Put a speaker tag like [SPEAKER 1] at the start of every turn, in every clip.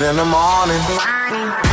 [SPEAKER 1] in the morning.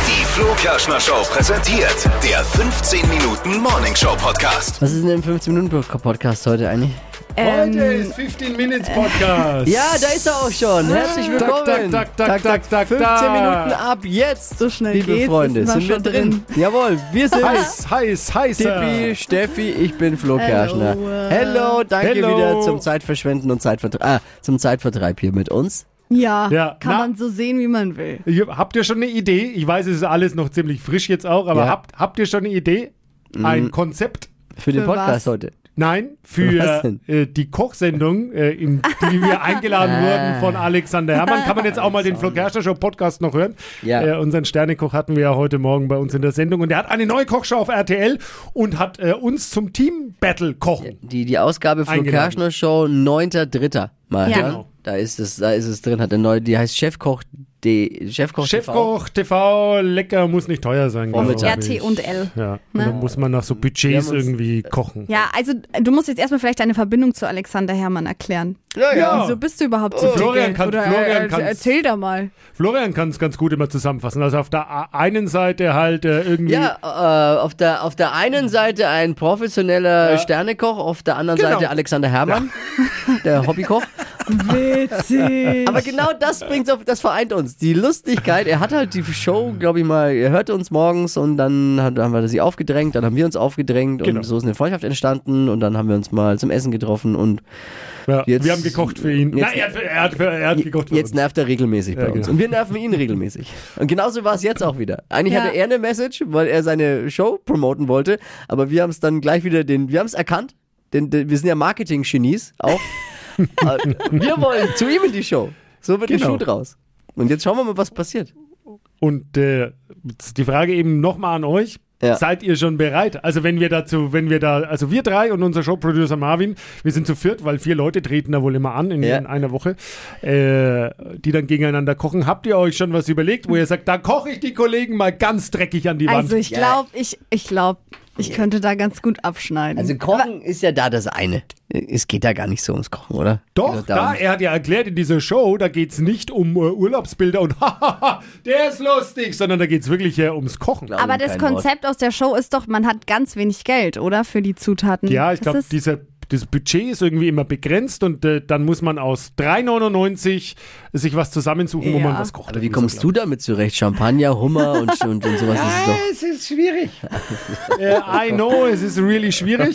[SPEAKER 2] Die Flo Kerschner Show präsentiert der 15 Minuten Morning Show Podcast.
[SPEAKER 3] Was ist denn im 15-Minuten-Podcast heute eigentlich?
[SPEAKER 4] Heute
[SPEAKER 5] Ähm,
[SPEAKER 4] ist 15 Minutes Podcast.
[SPEAKER 3] Hm. Ja, da ist er auch schon. Herzlich willkommen.
[SPEAKER 4] tak, tak, tak, tak,
[SPEAKER 3] 15
[SPEAKER 4] tak.
[SPEAKER 3] Minuten ab jetzt. So
[SPEAKER 5] schnell
[SPEAKER 3] Liebe
[SPEAKER 5] geht's,
[SPEAKER 3] Freunde,
[SPEAKER 5] ist man
[SPEAKER 3] sind wir
[SPEAKER 5] schon
[SPEAKER 3] drin. Jawohl, wir sind
[SPEAKER 4] Heiß, heiß, heiß.
[SPEAKER 3] Tippi, Steffi, ich bin Flo Kerschner. Hello, danke
[SPEAKER 4] Hello.
[SPEAKER 3] wieder zum Zeitverschwenden und Zeitvertreib, ah, zum Zeitvertreib hier mit uns.
[SPEAKER 5] Ja,
[SPEAKER 4] Ja,
[SPEAKER 5] kann
[SPEAKER 4] na-
[SPEAKER 5] man so sehen, wie man will.
[SPEAKER 4] Ihr- Habt ihr schon eine Idee? Ich weiß, es ist alles noch ziemlich frisch jetzt auch, aber
[SPEAKER 3] Ja. Mhm.
[SPEAKER 4] habt, habt ihr schon eine Idee? Ein Konzept?
[SPEAKER 3] Für den
[SPEAKER 5] Für
[SPEAKER 3] Podcast
[SPEAKER 5] was?
[SPEAKER 3] heute.
[SPEAKER 4] Nein,
[SPEAKER 3] Was
[SPEAKER 4] für
[SPEAKER 3] denn?
[SPEAKER 4] äh, die Kochsendung, äh, in die wir
[SPEAKER 3] Ah.
[SPEAKER 4] eingeladen wurden von Alexander Herrmann. Kann man jetzt auch mal den Flo Kerschner Show Podcast noch hören?
[SPEAKER 3] Ja.
[SPEAKER 4] Äh, unseren Sternekoch hatten wir ja heute Morgen bei uns in der Sendung und der hat eine neue Kochshow auf RTL und hat äh, uns zum Team Battle kochen.
[SPEAKER 3] Die, die Ausgabe Flo
[SPEAKER 4] Eingeladen.
[SPEAKER 3] Kerschner Show 9.3. Mal
[SPEAKER 5] Ja.
[SPEAKER 3] hören.
[SPEAKER 4] Genau.
[SPEAKER 3] Da ist es, da ist es drin, hat der neue, die heißt Chefkoch, D, Chefkoch, TV.
[SPEAKER 4] Chefkoch TV, lecker, muss nicht teuer sein.
[SPEAKER 3] Oh, mit
[SPEAKER 4] glaub
[SPEAKER 3] RT
[SPEAKER 4] ich.
[SPEAKER 5] und L.
[SPEAKER 4] Ja, und dann muss man nach so
[SPEAKER 3] Wir
[SPEAKER 4] Budgets
[SPEAKER 3] haben uns-
[SPEAKER 4] irgendwie kochen.
[SPEAKER 5] Ja, also du musst jetzt erstmal vielleicht deine Verbindung zu Alexander Herrmann erklären.
[SPEAKER 3] Ja, ja.
[SPEAKER 5] Wieso bist du überhaupt so
[SPEAKER 4] Florian kann-
[SPEAKER 5] Oder
[SPEAKER 4] Florian
[SPEAKER 5] äh,
[SPEAKER 4] kann's.
[SPEAKER 5] erzähl da mal.
[SPEAKER 4] Florian kann es ganz gut immer zusammenfassen. Also auf der a- einen Seite halt äh, irgendwie.
[SPEAKER 3] Ja, äh, auf, der, auf der einen Seite ein professioneller Sternekoch, auf der anderen
[SPEAKER 4] Genau.
[SPEAKER 3] Seite Alexander Herrmann, der Hobbykoch.
[SPEAKER 5] Witzig.
[SPEAKER 3] Aber genau das bringt's auf, das vereint uns. Die Lustigkeit, er hat halt die Show, glaube ich mal, er hörte uns morgens und dann hat, haben wir sie aufgedrängt, dann haben wir uns aufgedrängt
[SPEAKER 4] Genau.
[SPEAKER 3] und so ist eine Freundschaft entstanden und dann haben wir uns mal zum Essen getroffen und
[SPEAKER 4] Ja,
[SPEAKER 3] jetzt-
[SPEAKER 4] wir haben gekocht für ihn.
[SPEAKER 3] jetzt-
[SPEAKER 4] Nein, er hat, er hat, er hat gekocht für
[SPEAKER 3] jetzt
[SPEAKER 4] uns.
[SPEAKER 3] nervt er regelmäßig bei
[SPEAKER 4] Ja,
[SPEAKER 3] uns.
[SPEAKER 4] genau.
[SPEAKER 3] Und wir nerven ihn regelmäßig. Und genauso war es jetzt auch wieder. Eigentlich
[SPEAKER 5] Ja.
[SPEAKER 3] hatte er eine Message, weil er seine Show promoten wollte, aber wir haben es dann gleich wieder den, wir haben es erkannt, denn denn wir sind ja Marketing-Genies auch. Aber wir wollen zu ihm in die Show. So wird
[SPEAKER 4] Genau.
[SPEAKER 3] ein Schuh draus. Und jetzt schauen wir mal, was passiert.
[SPEAKER 4] Und äh, jetzt die Frage eben nochmal an euch.
[SPEAKER 3] Ja.
[SPEAKER 4] Seid ihr schon bereit? Also wenn wir dazu, wenn wir da, also wir drei und unser Showproducer Marvin, wir sind zu viert, weil vier Leute treten da wohl immer an in,
[SPEAKER 3] Ja.
[SPEAKER 4] in einer Woche, äh, die dann gegeneinander kochen. Habt ihr euch schon was überlegt, wo ihr sagt, da koche ich die Kollegen mal ganz dreckig an die Wand?
[SPEAKER 5] Also ich glaube, ich, ich glaube, ich könnte da ganz gut abschneiden.
[SPEAKER 3] Also Kochen ist ja da das eine. Es geht da gar nicht so ums Kochen, oder? Also
[SPEAKER 4] Doch,
[SPEAKER 3] Geht
[SPEAKER 4] da,
[SPEAKER 3] darum.
[SPEAKER 4] er hat ja erklärt in dieser Show, da geht's nicht um äh, Urlaubsbilder und hahaha, der ist lustig, sondern da geht's wirklich äh, ums Kochen.
[SPEAKER 3] Glauben
[SPEAKER 5] aber das
[SPEAKER 3] kein Wort.
[SPEAKER 5] Konzept aus der Show ist doch, man hat ganz wenig Geld, oder? Für die Zutaten.
[SPEAKER 4] Ja, ich
[SPEAKER 5] Das
[SPEAKER 4] glaube,
[SPEAKER 5] ist-
[SPEAKER 4] dieser. Das Budget ist irgendwie immer begrenzt und äh, dann muss man aus 3,99 sich was zusammensuchen, wo
[SPEAKER 5] Ja.
[SPEAKER 4] man was kocht. Also,
[SPEAKER 3] Aber wie kommst du damit zurecht? Champagner, Hummer und, und, und sowas das ist doch.
[SPEAKER 4] Es ist schwierig. äh, I know, es ist really schwierig.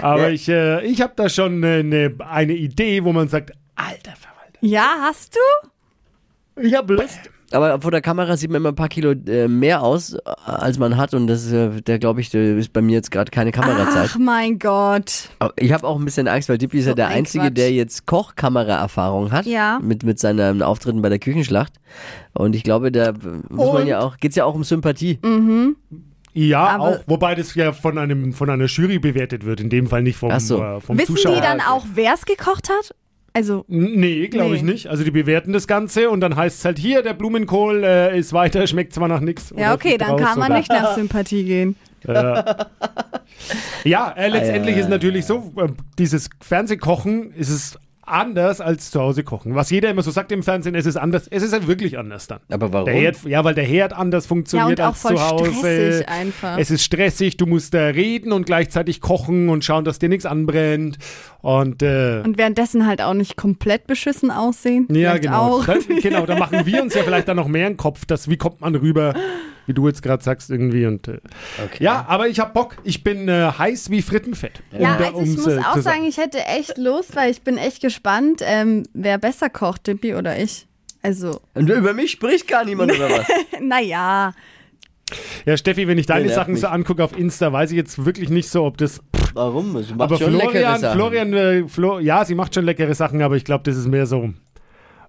[SPEAKER 4] Aber ich, äh, ich habe da schon äh, ne, eine Idee, wo man sagt, alter Verwalter,
[SPEAKER 5] ja, hast du?
[SPEAKER 4] ich habe Lust.
[SPEAKER 3] Aber vor der Kamera sieht man immer ein paar Kilo äh, mehr aus, äh, als man hat. Und das ist, äh, der glaube ich, der ist bei mir jetzt gerade keine Kamerazeit.
[SPEAKER 5] Ach mein Gott.
[SPEAKER 3] Aber Ich habe auch ein bisschen Angst, weil Dippi ist ja
[SPEAKER 5] Ah. So
[SPEAKER 3] der
[SPEAKER 5] ein
[SPEAKER 3] Einzige,
[SPEAKER 5] Quatsch.
[SPEAKER 3] der jetzt Kochkameraerfahrung hat.
[SPEAKER 5] Ja.
[SPEAKER 3] Mit, mit seinen Auftritten bei der Küchenschlacht. Und ich glaube, da muss man
[SPEAKER 4] Und-
[SPEAKER 3] ja auch, geht's ja auch um Sympathie.
[SPEAKER 5] Mhm.
[SPEAKER 4] Ja,
[SPEAKER 5] Aber-
[SPEAKER 4] auch, wobei das ja von einem von einer Jury bewertet wird, in dem Fall nicht vom,
[SPEAKER 3] Ach so.
[SPEAKER 4] äh, vom
[SPEAKER 5] Wissen
[SPEAKER 4] Zuschauer.
[SPEAKER 5] die dann auch, wer es gekocht hat? Also,
[SPEAKER 4] N- Nee, glaube
[SPEAKER 5] Nee.
[SPEAKER 4] ich nicht. Also die bewerten das Ganze und dann heißt es halt hier, der Blumenkohl äh, ist weiter, schmeckt zwar nach nichts.
[SPEAKER 5] ja, okay, dann kann man nicht nach Sympathie gehen.
[SPEAKER 4] Ja, äh, letztendlich ist natürlich so, äh, dieses Fernsehkochen ist es anders als zu Hause kochen. Was jeder immer so sagt im Fernsehen, es ist anders. Es ist halt wirklich anders dann.
[SPEAKER 3] Aber warum?
[SPEAKER 4] Der Herd, ja, weil der Herd anders funktioniert
[SPEAKER 5] Ja, und auch
[SPEAKER 4] als
[SPEAKER 5] voll
[SPEAKER 4] zu Hause.
[SPEAKER 5] stressig einfach.
[SPEAKER 4] Es ist stressig, du musst da reden und gleichzeitig kochen und schauen, dass dir nichts anbrennt. Und, äh,
[SPEAKER 5] Und währenddessen halt auch nicht komplett beschissen aussehen.
[SPEAKER 4] ja,
[SPEAKER 5] Vielleicht
[SPEAKER 4] genau.
[SPEAKER 5] Auch.
[SPEAKER 4] Da, genau, da machen wir uns ja vielleicht dann noch mehr einen Kopf, dass wie kommt man rüber, wie du jetzt gerade sagst irgendwie und äh, ja, aber ich hab Bock, ich bin äh, heiß wie Frittenfett.
[SPEAKER 5] Ja,
[SPEAKER 4] Um da-
[SPEAKER 5] also ich
[SPEAKER 4] um's,
[SPEAKER 5] muss
[SPEAKER 4] äh,
[SPEAKER 5] auch
[SPEAKER 4] zu
[SPEAKER 5] sagen, ich hätte echt Lust, weil ich bin echt gespannt, ähm, wer besser kocht, Dippy oder ich. Also,
[SPEAKER 3] Und über mich spricht gar niemand oder was?
[SPEAKER 5] naja,
[SPEAKER 4] Ja, Steffi, wenn ich deine
[SPEAKER 3] Nee, nervt
[SPEAKER 4] Sachen so
[SPEAKER 3] mich.
[SPEAKER 4] angucke auf Insta, weiß ich jetzt wirklich nicht so, ob das.
[SPEAKER 3] Warum? Das macht
[SPEAKER 4] Aber
[SPEAKER 3] schon leckere
[SPEAKER 4] Florian,
[SPEAKER 3] Sachen.
[SPEAKER 4] Florian, äh, Flo, ja, sie macht schon leckere Sachen, aber ich glaube, das ist mehr so.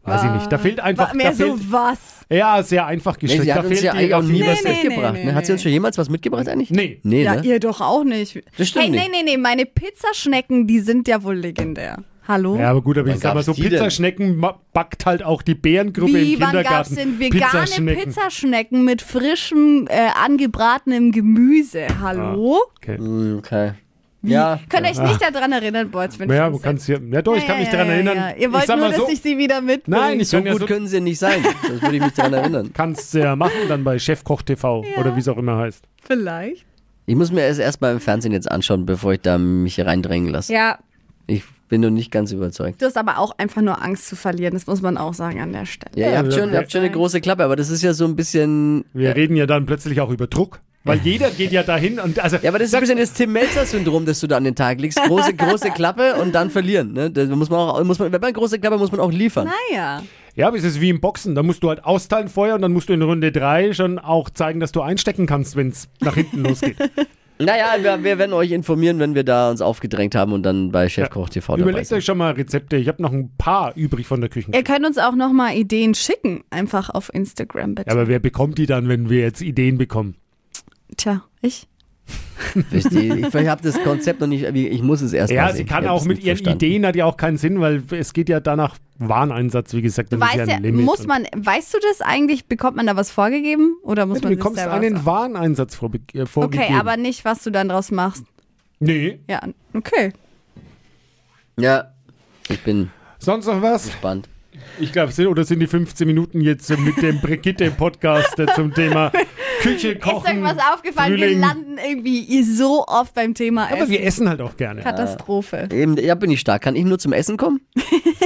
[SPEAKER 4] Weiß ich nicht. Da fehlt einfach.
[SPEAKER 5] war mehr
[SPEAKER 4] da
[SPEAKER 5] so
[SPEAKER 4] fehlt,
[SPEAKER 5] was.
[SPEAKER 4] ja, sehr einfach
[SPEAKER 3] Nee,
[SPEAKER 4] gestrickt.
[SPEAKER 3] sie hat
[SPEAKER 4] da
[SPEAKER 3] uns
[SPEAKER 4] fehlt
[SPEAKER 3] ja eigentlich auch nie was
[SPEAKER 5] Nee, nee,
[SPEAKER 3] mitgebracht.
[SPEAKER 5] nee,
[SPEAKER 3] ne? Hat sie
[SPEAKER 5] nee.
[SPEAKER 3] uns schon jemals was mitgebracht eigentlich?
[SPEAKER 4] Nee.
[SPEAKER 3] Nee,
[SPEAKER 5] ja,
[SPEAKER 3] ne?
[SPEAKER 5] ihr doch auch nicht.
[SPEAKER 3] Das stimmt
[SPEAKER 5] hey, nee,
[SPEAKER 3] nicht.
[SPEAKER 5] nee, nee, meine Pizzaschnecken, die sind ja wohl legendär. Hallo?
[SPEAKER 4] Ja, aber gut, aber
[SPEAKER 3] Wann
[SPEAKER 4] ich sag mal,
[SPEAKER 3] gab's
[SPEAKER 4] so
[SPEAKER 3] die denn?
[SPEAKER 4] Pizzaschnecken ma- backt halt auch die Bärengruppe im
[SPEAKER 5] Wie, wann
[SPEAKER 4] Kindergarten.
[SPEAKER 5] gab's denn vegane
[SPEAKER 4] Pizzaschnecken.
[SPEAKER 5] Pizzaschnecken mit
[SPEAKER 4] Ah.
[SPEAKER 5] frischem, äh, angebratenem Gemüse? Hallo?
[SPEAKER 4] Okay.
[SPEAKER 3] Mm, Okay.
[SPEAKER 5] Wie?
[SPEAKER 3] Ja.
[SPEAKER 5] Könnt ihr euch nicht daran erinnern, boah, jetzt bin
[SPEAKER 4] Ja,
[SPEAKER 5] ich
[SPEAKER 4] du
[SPEAKER 5] schon
[SPEAKER 4] kannst hier. Ja, doch, Oh, ich
[SPEAKER 5] Ja,
[SPEAKER 4] kann mich
[SPEAKER 5] ja,
[SPEAKER 4] daran
[SPEAKER 5] ja,
[SPEAKER 4] erinnern.
[SPEAKER 5] ja. Ihr wollt
[SPEAKER 4] ich sag
[SPEAKER 5] nur,
[SPEAKER 4] mal so,
[SPEAKER 5] dass ich sie wieder mitbringe.
[SPEAKER 4] Nein, ich
[SPEAKER 3] So
[SPEAKER 4] kann ja
[SPEAKER 3] gut
[SPEAKER 4] so,
[SPEAKER 3] können sie nicht sein. Das würde ich mich daran erinnern.
[SPEAKER 4] kannst ja machen, dann bei Chefkoch TV oder wie es auch immer heißt.
[SPEAKER 5] Vielleicht.
[SPEAKER 3] Ich muss mir es erst mal im Fernsehen jetzt anschauen, bevor ich da mich reindrängen lasse.
[SPEAKER 5] Ja,
[SPEAKER 3] Ich bin noch nicht ganz überzeugt.
[SPEAKER 5] du hast aber auch einfach nur Angst zu verlieren. Das muss man auch sagen an der Stelle.
[SPEAKER 3] Ja, ihr habt schon, ihr habt schon eine
[SPEAKER 5] sein.
[SPEAKER 3] große Klappe, aber das ist ja so ein bisschen.
[SPEAKER 4] Wir reden ja dann plötzlich auch über Druck, weil jeder geht ja dahin und also
[SPEAKER 3] Ja, aber das ist ein bisschen das Tim Melzer-Syndrom, das du da an den Tag legst. Große, große Klappe und dann verlieren. Ne? Da muss man auch, muss man, wenn man große Klappe, muss man auch liefern.
[SPEAKER 5] Naja.
[SPEAKER 4] Ja, aber es ist wie im Boxen. Da musst du halt austeilen vorher und dann musst du in Runde 3 schon auch zeigen, dass du einstecken kannst, wenn es nach hinten losgeht.
[SPEAKER 3] Naja, wir, wir werden euch informieren, wenn wir da uns aufgedrängt haben und dann bei Chefkoch TV dabei
[SPEAKER 4] Überlegt
[SPEAKER 3] sind.
[SPEAKER 4] euch schon mal Rezepte. Ich habe noch ein paar übrig von der Küche.
[SPEAKER 5] Ihr könnt uns auch nochmal Ideen schicken, einfach auf Instagram bitte.
[SPEAKER 4] Ja, aber wer bekommt die dann, wenn wir jetzt Ideen bekommen?
[SPEAKER 5] Tja, ich.
[SPEAKER 3] Wisst ihr, Ich, ich habe das Konzept noch nicht, ich muss es erst mal
[SPEAKER 4] Ja,
[SPEAKER 3] sehen.
[SPEAKER 4] sie
[SPEAKER 3] Ich
[SPEAKER 4] kann
[SPEAKER 3] hab
[SPEAKER 4] auch
[SPEAKER 3] das
[SPEAKER 4] mit
[SPEAKER 3] nicht
[SPEAKER 4] ihren
[SPEAKER 3] verstanden.
[SPEAKER 4] Ideen, hat ja auch keinen Sinn, weil es geht ja danach Wareneinsatz, wie gesagt.
[SPEAKER 5] Du
[SPEAKER 4] das ist
[SPEAKER 5] weißt
[SPEAKER 4] ja,
[SPEAKER 5] ja,
[SPEAKER 4] ein Limit
[SPEAKER 5] muss
[SPEAKER 4] und-
[SPEAKER 5] man, weißt du das eigentlich? Bekommt man da was vorgegeben? Oder muss
[SPEAKER 4] Du
[SPEAKER 5] man sich
[SPEAKER 4] bekommst
[SPEAKER 5] selber was
[SPEAKER 4] einen
[SPEAKER 5] aus-
[SPEAKER 4] Wareneinsatz vorbe- äh, vorgegeben.
[SPEAKER 5] Okay, aber nicht, was du dann draus machst.
[SPEAKER 4] Nee.
[SPEAKER 5] Ja, okay.
[SPEAKER 3] Ja, ich bin
[SPEAKER 4] Sonst noch was?
[SPEAKER 3] gespannt.
[SPEAKER 4] Ich glaube, sind, oder sind die 15 Minuten jetzt mit dem Brigitte-Podcast zum Thema Küche,
[SPEAKER 5] Ist
[SPEAKER 4] Kochen,
[SPEAKER 5] irgendwas aufgefallen? Wir
[SPEAKER 4] Frühling.
[SPEAKER 5] landen irgendwie so oft beim Thema
[SPEAKER 4] Aber
[SPEAKER 5] Essen.
[SPEAKER 4] wir essen halt auch gerne.
[SPEAKER 5] Katastrophe.
[SPEAKER 3] Eben, ja, bin ich stark. Kann ich nur zum Essen kommen?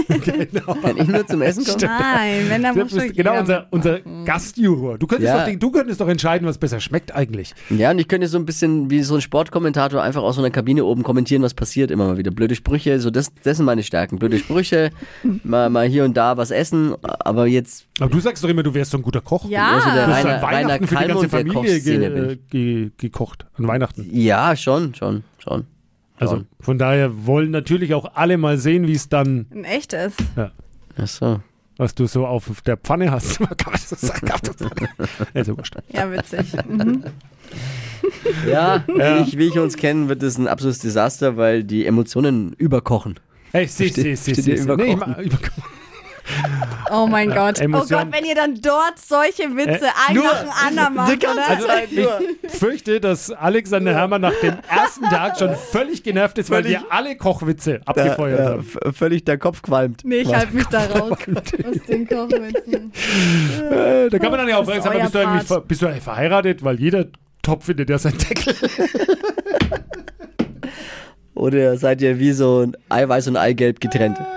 [SPEAKER 3] genau. Kann ich nur zum Essen kommen?
[SPEAKER 5] Nein, wenn da
[SPEAKER 4] Du
[SPEAKER 5] muss schon
[SPEAKER 4] bist genau
[SPEAKER 5] jeder Mhm.
[SPEAKER 4] unser, unser Gastjuror. Du könntest,
[SPEAKER 3] Ja.
[SPEAKER 4] doch, den- du könntest doch entscheiden, was besser schmeckt eigentlich.
[SPEAKER 3] Ja, und ich könnte so ein bisschen wie so ein Sportkommentator einfach aus so einer Kabine oben kommentieren, was passiert immer mal wieder. Blöde Sprüche, so das, das sind meine Stärken. Blöde Sprüche, mal, mal hier und da was essen, aber jetzt
[SPEAKER 4] Aber du sagst doch immer, du wärst so ein guter Koch.
[SPEAKER 5] Ja.
[SPEAKER 3] ja, so Also der
[SPEAKER 4] Du hast an
[SPEAKER 3] reiner, reiner
[SPEAKER 4] Weihnachten für die ganze
[SPEAKER 3] Kalmund der
[SPEAKER 4] Familie
[SPEAKER 3] Kochszene bin
[SPEAKER 4] ge,
[SPEAKER 3] ich.
[SPEAKER 4] ge, gekocht. An Weihnachten.
[SPEAKER 3] Ja, schon, schon, schon.
[SPEAKER 4] Also
[SPEAKER 3] schon.
[SPEAKER 4] von daher wollen natürlich auch alle mal sehen, wie es dann,
[SPEAKER 5] ein echtes.
[SPEAKER 3] Ach so.
[SPEAKER 4] was du so auf der Pfanne hast. Man kann das so sagen, auf der Pfanne. Also, wurscht.
[SPEAKER 5] Ja, witzig. Mhm.
[SPEAKER 3] Ja, Ich, wie ich uns kennen, wird es ein absolutes Desaster, weil die Emotionen überkochen.
[SPEAKER 4] hey, sieh, sieh,
[SPEAKER 3] Steht-
[SPEAKER 4] sieh,
[SPEAKER 3] steht
[SPEAKER 4] sieh.
[SPEAKER 3] ihr
[SPEAKER 4] sieh.
[SPEAKER 3] überkochen?
[SPEAKER 4] ich mach- überkochen.
[SPEAKER 5] Oh mein Gott. Oh
[SPEAKER 4] Emotion.
[SPEAKER 5] Gott, wenn ihr dann dort solche Witze
[SPEAKER 4] Äh,
[SPEAKER 5] ein
[SPEAKER 4] nur-
[SPEAKER 5] nach dem anderen macht, oder?
[SPEAKER 4] Also, ich fürchte, dass Alexander Herrmann nach dem ersten Tag schon völlig genervt ist, weil
[SPEAKER 3] Völlig-
[SPEAKER 4] wir alle Kochwitze abgefeuert haben.
[SPEAKER 3] völlig der Kopf qualmt.
[SPEAKER 5] Nee, ich halte mich da raus aus den Kochwitzen.
[SPEAKER 4] Äh, da kann man dann ja auch
[SPEAKER 5] Das
[SPEAKER 4] fragen,
[SPEAKER 5] ist
[SPEAKER 4] sag mal,
[SPEAKER 5] euer
[SPEAKER 4] bist du, eigentlich ver
[SPEAKER 5] Part.
[SPEAKER 4] bist du eigentlich verheiratet? Weil jeder Topf findet ja seinen Deckel.
[SPEAKER 3] Oder seid ihr wie so ein Eiweiß und Eigelb getrennt?
[SPEAKER 4] Also-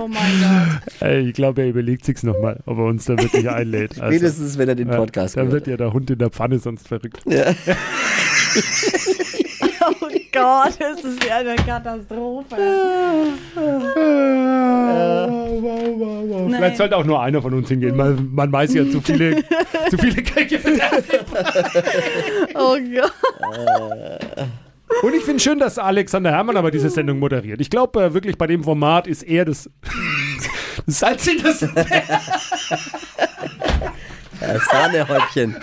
[SPEAKER 5] Oh mein Gott.
[SPEAKER 4] Ey, ich glaube, er überlegt sich's nochmal, ob er uns da wirklich einlädt. Also,
[SPEAKER 3] Wenigstens, wenn er den
[SPEAKER 4] ja,
[SPEAKER 3] Podcast
[SPEAKER 4] Dann
[SPEAKER 3] gehört.
[SPEAKER 4] wird ja der Hund in der Pfanne sonst verrückt.
[SPEAKER 3] Ja.
[SPEAKER 5] Oh Gott, das ist ja eine Katastrophe.
[SPEAKER 4] Wow, wow, wow, wow.
[SPEAKER 5] Nein.
[SPEAKER 4] Vielleicht sollte auch nur einer von uns hingehen. Man, man weiß ja zu viele, zu viele Köche.
[SPEAKER 5] Oh Gott.
[SPEAKER 4] Und ich finde schön, dass Alexander Herrmann aber diese Sendung moderiert. Ich glaube äh, wirklich, bei dem Format ist er das, das Salz in das
[SPEAKER 3] Das Sahnehäubchen.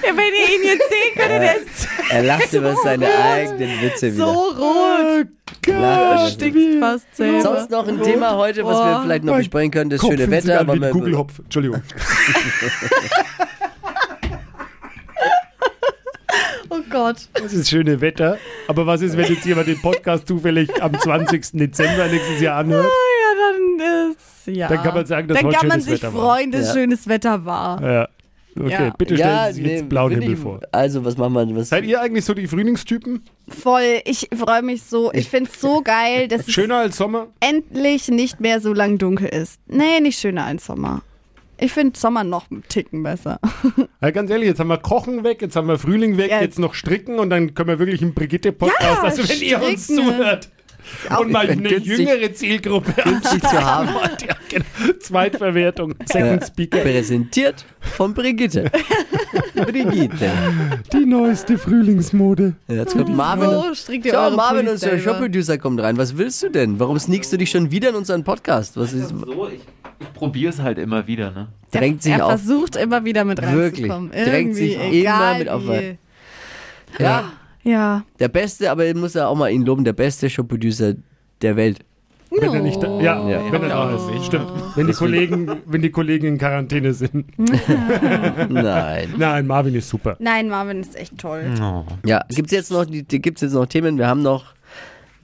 [SPEAKER 5] Wenn ihr ihn jetzt sehen könntet, der ist
[SPEAKER 3] Er lacht über seine eigenen Witze
[SPEAKER 5] so
[SPEAKER 3] wieder.
[SPEAKER 5] rot.
[SPEAKER 3] Lacht über-
[SPEAKER 5] Stinkst fast selber.
[SPEAKER 3] Sonst noch ein Thema heute, was wir
[SPEAKER 5] Boah.
[SPEAKER 3] vielleicht noch besprechen können, das
[SPEAKER 4] Oh Kopf
[SPEAKER 3] schöne
[SPEAKER 4] sind
[SPEAKER 3] Wetter.
[SPEAKER 4] sogar
[SPEAKER 3] Aber
[SPEAKER 4] wie ein
[SPEAKER 3] wir,
[SPEAKER 4] Kugelhopf. Entschuldigung.
[SPEAKER 5] oh Gott.
[SPEAKER 4] Das ist schöne Wetter. Aber was ist, wenn jetzt jemand den Podcast zufällig am 20. Dezember nächstes Jahr anhört?
[SPEAKER 5] Ah Ja, dann ist. Ja.
[SPEAKER 4] Dann kann man sagen, dass
[SPEAKER 5] Dann
[SPEAKER 4] heute
[SPEAKER 5] kann man
[SPEAKER 4] schönes
[SPEAKER 5] sich
[SPEAKER 4] Wetter war.
[SPEAKER 5] freuen, dass
[SPEAKER 3] Ja.
[SPEAKER 5] schönes Wetter war.
[SPEAKER 4] Ja. Okay,
[SPEAKER 5] Ja.
[SPEAKER 4] bitte stellen
[SPEAKER 3] ja,
[SPEAKER 4] Sie sich jetzt
[SPEAKER 3] nee,
[SPEAKER 4] blauen
[SPEAKER 3] find
[SPEAKER 4] Himmel
[SPEAKER 3] ich-
[SPEAKER 4] vor.
[SPEAKER 3] Also, was machen wir? Was,
[SPEAKER 4] Seid ihr eigentlich so die Frühlingstypen?
[SPEAKER 5] Voll. Ich freue mich so. Ich finde es so geil, dass es
[SPEAKER 4] Schöner als Sommer?
[SPEAKER 5] endlich nicht mehr so lang dunkel ist. Nee, nicht schöner als Sommer. Ich finde Sommer noch einen Ticken besser.
[SPEAKER 4] Ja, ganz ehrlich, jetzt haben wir Kochen weg, jetzt haben wir Frühling weg,
[SPEAKER 5] Ja.
[SPEAKER 4] jetzt noch Stricken und dann können wir wirklich einen Brigitte-Podcast,
[SPEAKER 5] Ja,
[SPEAKER 4] also wenn ihr uns
[SPEAKER 5] Stricken.
[SPEAKER 4] zuhört und mal
[SPEAKER 3] wenn
[SPEAKER 4] eine
[SPEAKER 3] günstig-
[SPEAKER 4] jüngere Zielgruppe
[SPEAKER 3] günstig zu haben?
[SPEAKER 4] wollt, ja, genau. Zweitverwertung, Second Speaker.
[SPEAKER 3] Präsentiert von Brigitte. Brigitte.
[SPEAKER 4] Die neueste Frühlingsmode.
[SPEAKER 3] Jetzt kommt Marvin.
[SPEAKER 5] so strickt ihr
[SPEAKER 3] Schau,
[SPEAKER 5] eure
[SPEAKER 3] Marvin,
[SPEAKER 5] Pullis
[SPEAKER 3] unser
[SPEAKER 5] selber.
[SPEAKER 3] Shop-Producer kommt rein. Was willst du denn? Warum sneakst du dich schon wieder in unseren Podcast? Was ist,
[SPEAKER 1] so, ich, ich probiere es halt immer wieder, ne?
[SPEAKER 5] Der-
[SPEAKER 3] drängt sich
[SPEAKER 5] er
[SPEAKER 3] auf.
[SPEAKER 5] versucht immer wieder mit
[SPEAKER 3] Wirklich.
[SPEAKER 5] reinzukommen.
[SPEAKER 3] Drängt sich
[SPEAKER 5] Irgendwie, egal
[SPEAKER 3] immer mit auf
[SPEAKER 5] wie.
[SPEAKER 3] rein. Ja,
[SPEAKER 5] Ja,
[SPEAKER 3] der Beste, aber ich muss ja auch mal ihn loben, der beste Shop-Producer der Welt.
[SPEAKER 4] Wenn er nicht da, ja,
[SPEAKER 3] Ja.
[SPEAKER 4] wenn er da ist. Stimmt. Wenn die, Kollegen, wenn die Kollegen in Quarantäne sind.
[SPEAKER 3] Nein.
[SPEAKER 4] Nein, Marvin ist super.
[SPEAKER 5] Nein, Marvin ist echt toll.
[SPEAKER 3] Ja, gibt's jetzt noch, die, die- gibt's jetzt noch Themen? Wir haben noch,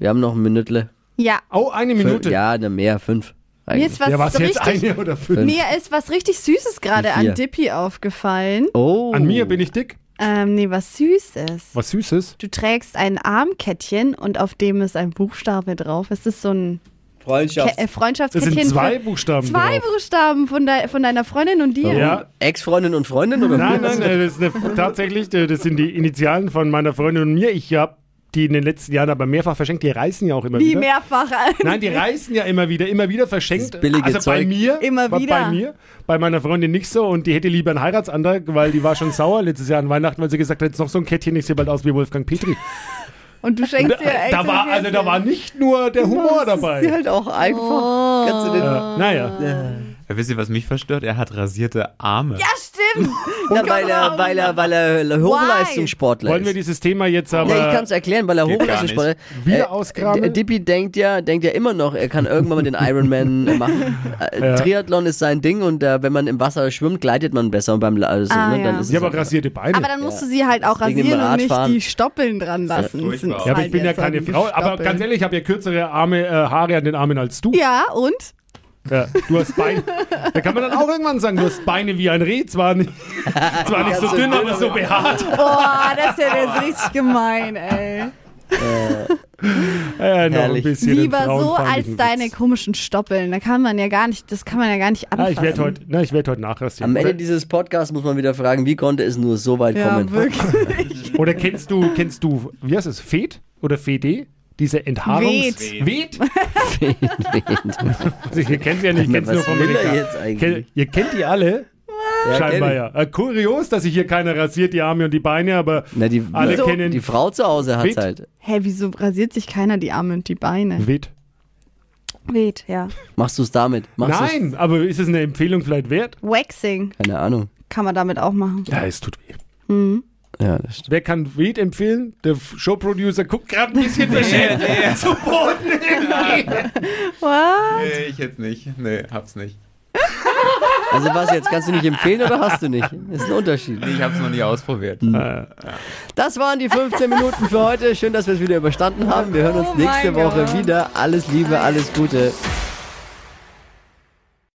[SPEAKER 3] wir haben noch ein Minütle.
[SPEAKER 5] Ja.
[SPEAKER 4] Oh, eine Minute.
[SPEAKER 3] Ja, ne, mehr, fünf.
[SPEAKER 5] Mir
[SPEAKER 3] Eigentlich.
[SPEAKER 5] ist was,
[SPEAKER 4] ja, war es
[SPEAKER 5] so
[SPEAKER 4] jetzt
[SPEAKER 5] richtig,
[SPEAKER 4] eine oder fünf?
[SPEAKER 5] mir ist was richtig Süßes gerade
[SPEAKER 3] Vier.
[SPEAKER 5] an Dippy aufgefallen.
[SPEAKER 3] Oh.
[SPEAKER 4] An mir bin ich dick.
[SPEAKER 5] Ähm, nee, was Süßes.
[SPEAKER 4] Was Süßes.
[SPEAKER 5] Du trägst ein Armkettchen und auf dem ist ein Buchstabe drauf. Es ist so ein Ke
[SPEAKER 3] Freundschaft.
[SPEAKER 5] äh,
[SPEAKER 4] Das
[SPEAKER 5] Freundschaftskärtchen
[SPEAKER 4] sind zwei
[SPEAKER 5] für-
[SPEAKER 4] Buchstaben.
[SPEAKER 5] Zwei
[SPEAKER 4] drauf.
[SPEAKER 5] Buchstaben von, dei- von deiner Freundin und dir.
[SPEAKER 4] Ja.
[SPEAKER 3] Oh. Ex-Freundin und Freundin oder
[SPEAKER 4] Nein, nein, nein, das ist eine, tatsächlich, äh, das sind die Initialen von meiner Freundin und mir. Ich habe die in den letzten Jahren aber mehrfach verschenkt. Die reißen ja auch immer
[SPEAKER 5] Wie
[SPEAKER 4] wieder.
[SPEAKER 5] mehrfach.
[SPEAKER 4] Nein, die reißen ja immer wieder, immer wieder verschenkt.
[SPEAKER 3] Das billige
[SPEAKER 4] also bei
[SPEAKER 3] Zeug.
[SPEAKER 4] mir,
[SPEAKER 5] Immer
[SPEAKER 4] bei,
[SPEAKER 5] wieder.
[SPEAKER 4] bei mir, bei meiner Freundin nicht so und die hätte lieber einen Heiratsantrag, weil die war schon sauer letztes Jahr an Weihnachten, weil sie gesagt hat, jetzt noch so ein Kettchen, ich sehe bald aus wie Wolfgang Petri.
[SPEAKER 5] Und du schenkst dir extra
[SPEAKER 4] Da war, also da war nicht nur der Humor
[SPEAKER 3] Die
[SPEAKER 4] dabei.
[SPEAKER 3] halt auch einfach. Kannst du den,
[SPEAKER 4] Ja, naja,
[SPEAKER 6] Ja, wisst ihr, was mich verstört? Er hat rasierte Arme.
[SPEAKER 5] Ja, stimmt.
[SPEAKER 3] Na, weil, er, weil, er, weil er Hochleistungssportler
[SPEAKER 4] wollen wir
[SPEAKER 3] ist.
[SPEAKER 4] dieses Thema jetzt aber...
[SPEAKER 3] ja, ich kann es erklären, weil er
[SPEAKER 6] Geht gar
[SPEAKER 3] Hochleistungssportler ist. Äh,
[SPEAKER 4] Wieder ausgraben?
[SPEAKER 3] D- Dippy denkt ja, denkt ja immer noch, er kann irgendwann mal den Ironman machen. Äh, Triathlon ist sein Ding und äh, wenn man im Wasser schwimmt, gleitet man besser und beim La- also,
[SPEAKER 5] Ah,
[SPEAKER 3] ne,
[SPEAKER 5] ja.
[SPEAKER 3] dann ist
[SPEAKER 4] Sie
[SPEAKER 3] es
[SPEAKER 4] haben auch rasierte Beine.
[SPEAKER 5] Aber dann musst du sie halt auch
[SPEAKER 3] Das Ding im
[SPEAKER 5] rasieren und nicht
[SPEAKER 3] Radfahren.
[SPEAKER 5] die Stoppeln dran lassen.
[SPEAKER 6] furchtbar.
[SPEAKER 5] Sind's
[SPEAKER 6] Ja,
[SPEAKER 4] ja, aber
[SPEAKER 5] halt
[SPEAKER 4] ich bin ja
[SPEAKER 5] jetzt
[SPEAKER 4] keine
[SPEAKER 5] irgendwie
[SPEAKER 4] Frau. Aber
[SPEAKER 5] Stoppeln.
[SPEAKER 4] ganz ehrlich, ich habe ja kürzere Arme, äh, Haare an den Armen als du.
[SPEAKER 5] Ja, und?
[SPEAKER 4] Ja, du hast Beine. Da kann man dann auch irgendwann sagen, du hast Beine wie ein Reh, zwar nicht, zwar nicht so dünn, aber so behaart.
[SPEAKER 5] Boah, das ist ja jetzt richtig gemein, ey.
[SPEAKER 4] Äh, noch ein
[SPEAKER 3] Herrlich.
[SPEAKER 4] bisschen
[SPEAKER 5] Lieber so
[SPEAKER 4] frauenfeindlichen
[SPEAKER 5] als deine
[SPEAKER 4] Witz.
[SPEAKER 5] komischen Stoppeln. Da kann man ja gar nicht, das kann man ja gar nicht
[SPEAKER 4] Ah,
[SPEAKER 5] anfassen.
[SPEAKER 4] ich werde heute, na, ich werde heute nachrasieren.
[SPEAKER 3] Am Ende
[SPEAKER 4] Oder,
[SPEAKER 3] dieses Podcasts muss man wieder fragen, wie konnte es nur so weit
[SPEAKER 5] ja,
[SPEAKER 3] kommen?
[SPEAKER 5] wirklich.
[SPEAKER 4] oder kennst du, kennst du, wie heißt es, Fed oder Fede? Diese Enthaarungs...
[SPEAKER 5] Weht.
[SPEAKER 4] Weht? Also, ihr kennt sie ja nicht, ich kenn's
[SPEAKER 3] Was
[SPEAKER 4] nur vom
[SPEAKER 3] will er
[SPEAKER 4] Amerika.
[SPEAKER 3] jetzt eigentlich?
[SPEAKER 4] Kennt- Ihr kennt die alle,
[SPEAKER 3] Ja,
[SPEAKER 4] scheinbar
[SPEAKER 3] kenn-
[SPEAKER 4] ja. Äh, kurios, dass sich hier keiner rasiert, die Arme und die Beine, aber
[SPEAKER 3] Na, die,
[SPEAKER 4] alle
[SPEAKER 5] So.
[SPEAKER 4] kennen
[SPEAKER 3] die Frau zu Hause hat
[SPEAKER 4] Mit-
[SPEAKER 3] halt.
[SPEAKER 5] Hä, wieso rasiert sich keiner die Arme und die Beine?
[SPEAKER 4] Weht.
[SPEAKER 5] Weht, ja.
[SPEAKER 3] Machst du es damit? Machst du's-
[SPEAKER 4] Nein, aber ist es eine Empfehlung vielleicht wert?
[SPEAKER 5] Waxing
[SPEAKER 3] Keine Ahnung.
[SPEAKER 5] kann man damit auch machen.
[SPEAKER 4] Ja, es tut weh.
[SPEAKER 3] Ja, das stimmt.
[SPEAKER 4] Wer kann Weed empfehlen? Der F- Showproducer guckt gerade ein bisschen verschämt zu Boden.
[SPEAKER 5] Wow.
[SPEAKER 6] Nee, ich jetzt nicht. Nee, hab's nicht.
[SPEAKER 3] Also was jetzt? Kannst du nicht empfehlen oder hast du nicht? Ist ein Unterschied.
[SPEAKER 6] Ich hab's noch nie ausprobiert.
[SPEAKER 3] Das waren die 15 Minuten für heute. Schön, dass wir es wieder überstanden haben. Wir hören uns
[SPEAKER 5] Oh
[SPEAKER 3] nächste
[SPEAKER 5] mein
[SPEAKER 3] Woche
[SPEAKER 5] Gott.
[SPEAKER 3] wieder. Alles Liebe, alles Gute.